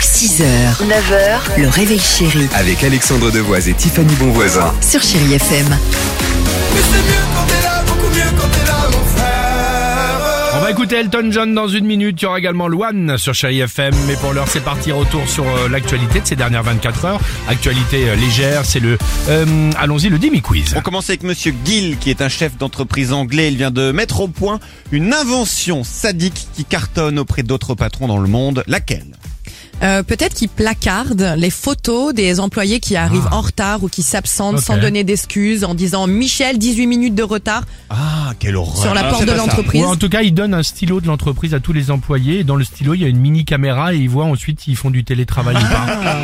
6h, 9h, le réveil chéri Avec Alexandre Devoise et Tiffany Bonvoisin. sur Chéri FM. Mais c'est mieux quand t'es là, beaucoup mieux quand t'es là, mon frère. On va écouter Elton John dans une minute. Il y aura également Luan sur Chéri FM. Mais pour l'heure, c'est parti. Retour sur euh, l'actualité de ces dernières 24 heures. Actualité euh, légère, c'est le. euh, Allons-y, le Dimi Quiz. On commence avec Monsieur Gill, qui est un chef d'entreprise anglais. Il vient de mettre au point une invention sadique qui cartonne auprès d'autres patrons dans le monde. Laquelle Euh, peut-être qu'ils placardent les photos des employés qui arrivent en retard ou qui s'absentent Ah. Ok. sans donner d'excuses en disant Michel 18 minutes de retard Ah, quelle horreur sur la porte de l'entreprise. Ou en tout cas, ils donnent un stylo de l'entreprise à tous les employés. Et dans le stylo, il y a une mini caméra et ils voient ensuite s'ils font du télétravail ou Ah,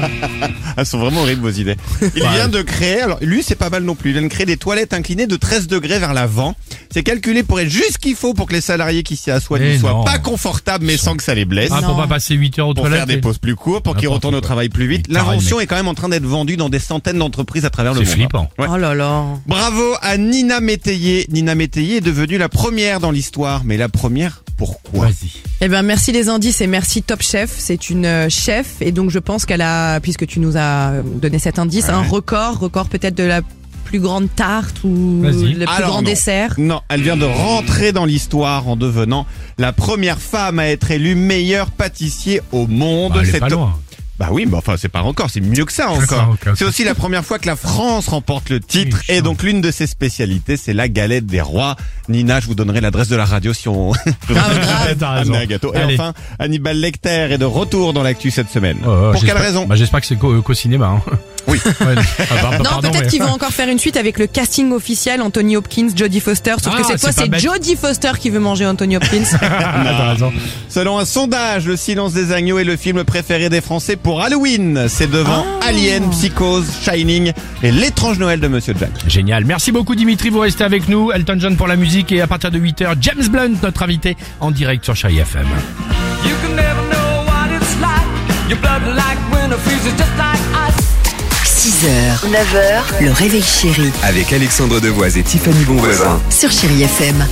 pas. Elles Ah, sont vraiment horribles vos idées. Il vient de créer, alors lui c'est pas mal non plus, il vient de créer des toilettes inclinées de 13 degrés vers l'avant. C'est calculé pour être juste ce qu'il faut pour que les salariés qui s'y assoient Mais ne soient non. pas confortables mais sans que ça les blesse. Ah, pour Non. pas passer 8 heures aux pour toilettes. faire des et- pauses plus courtes, pour qu'ils N'importe retournent au quoi. travail plus vite. Il est taré, le L'invention mec. est quand même en train d'être vendue dans des centaines d'entreprises à travers le C'est monde. flippant. Ouais. Oh là là. Bravo à Nina Métayer. Nina Métayer est devenue la première dans l'histoire, mais la première pourquoi Vas-y. Eh ben merci les indices et merci Top Chef. C'est une euh, chef et donc je pense qu'elle a, puisque tu nous as euh, donné cet indice, un record, record peut-être de la plus grande tarte ou Vas-y. Ah le plus Alors grand non. dessert. Non, elle vient de rentrer dans l'histoire en devenant la première femme à être élue meilleure pâtissier au monde. Bah, elle est Cette- pas loin. Bah oui, mais enfin c'est pas encore, c'est mieux que ça D'accord, encore. ok, ok. C'est aussi la première fois que la France remporte le titre Oui, et donc l'une de ses spécialités, c'est la galette des rois. Nina, je vous donnerai l'adresse de la radio si on Ah, T'as raison. amener un gâteau. Et Ah, Allez. enfin, Hannibal Lecter est de retour dans l'actu cette semaine. Oh, oh, Pour quelle j'espère- raison bah, J'espère que c'est qu'au qu'au cinéma. hein. Oui. Ouais, ah, bah, bah, Non, pardon, peut-être mais- qu'ils vont encore faire une suite avec le casting officiel Anthony Hopkins, Jodie Foster. Sauf Ah, que cette fois, c'est pas c'est bête. Jodie Foster qui veut manger Anthony Hopkins. Ah, t'as raison. Selon un sondage, Le silence des agneaux est le film préféré des Français pour Halloween. C'est devant Alien, Psychose, Shining et L'étrange Noël de Monsieur Jack. Génial. Merci beaucoup Dimitri, vous restez avec nous. Elton John pour la musique et à partir de 8h, James Blunt, notre invité, en direct sur Chéri FM. You can never know what it's like. Your blood like winter freezes just like ice. 6h, 9h, le réveil chéri Avec Alexandre Devoise et Tiffany Bonvoisin. sur Chéri FM.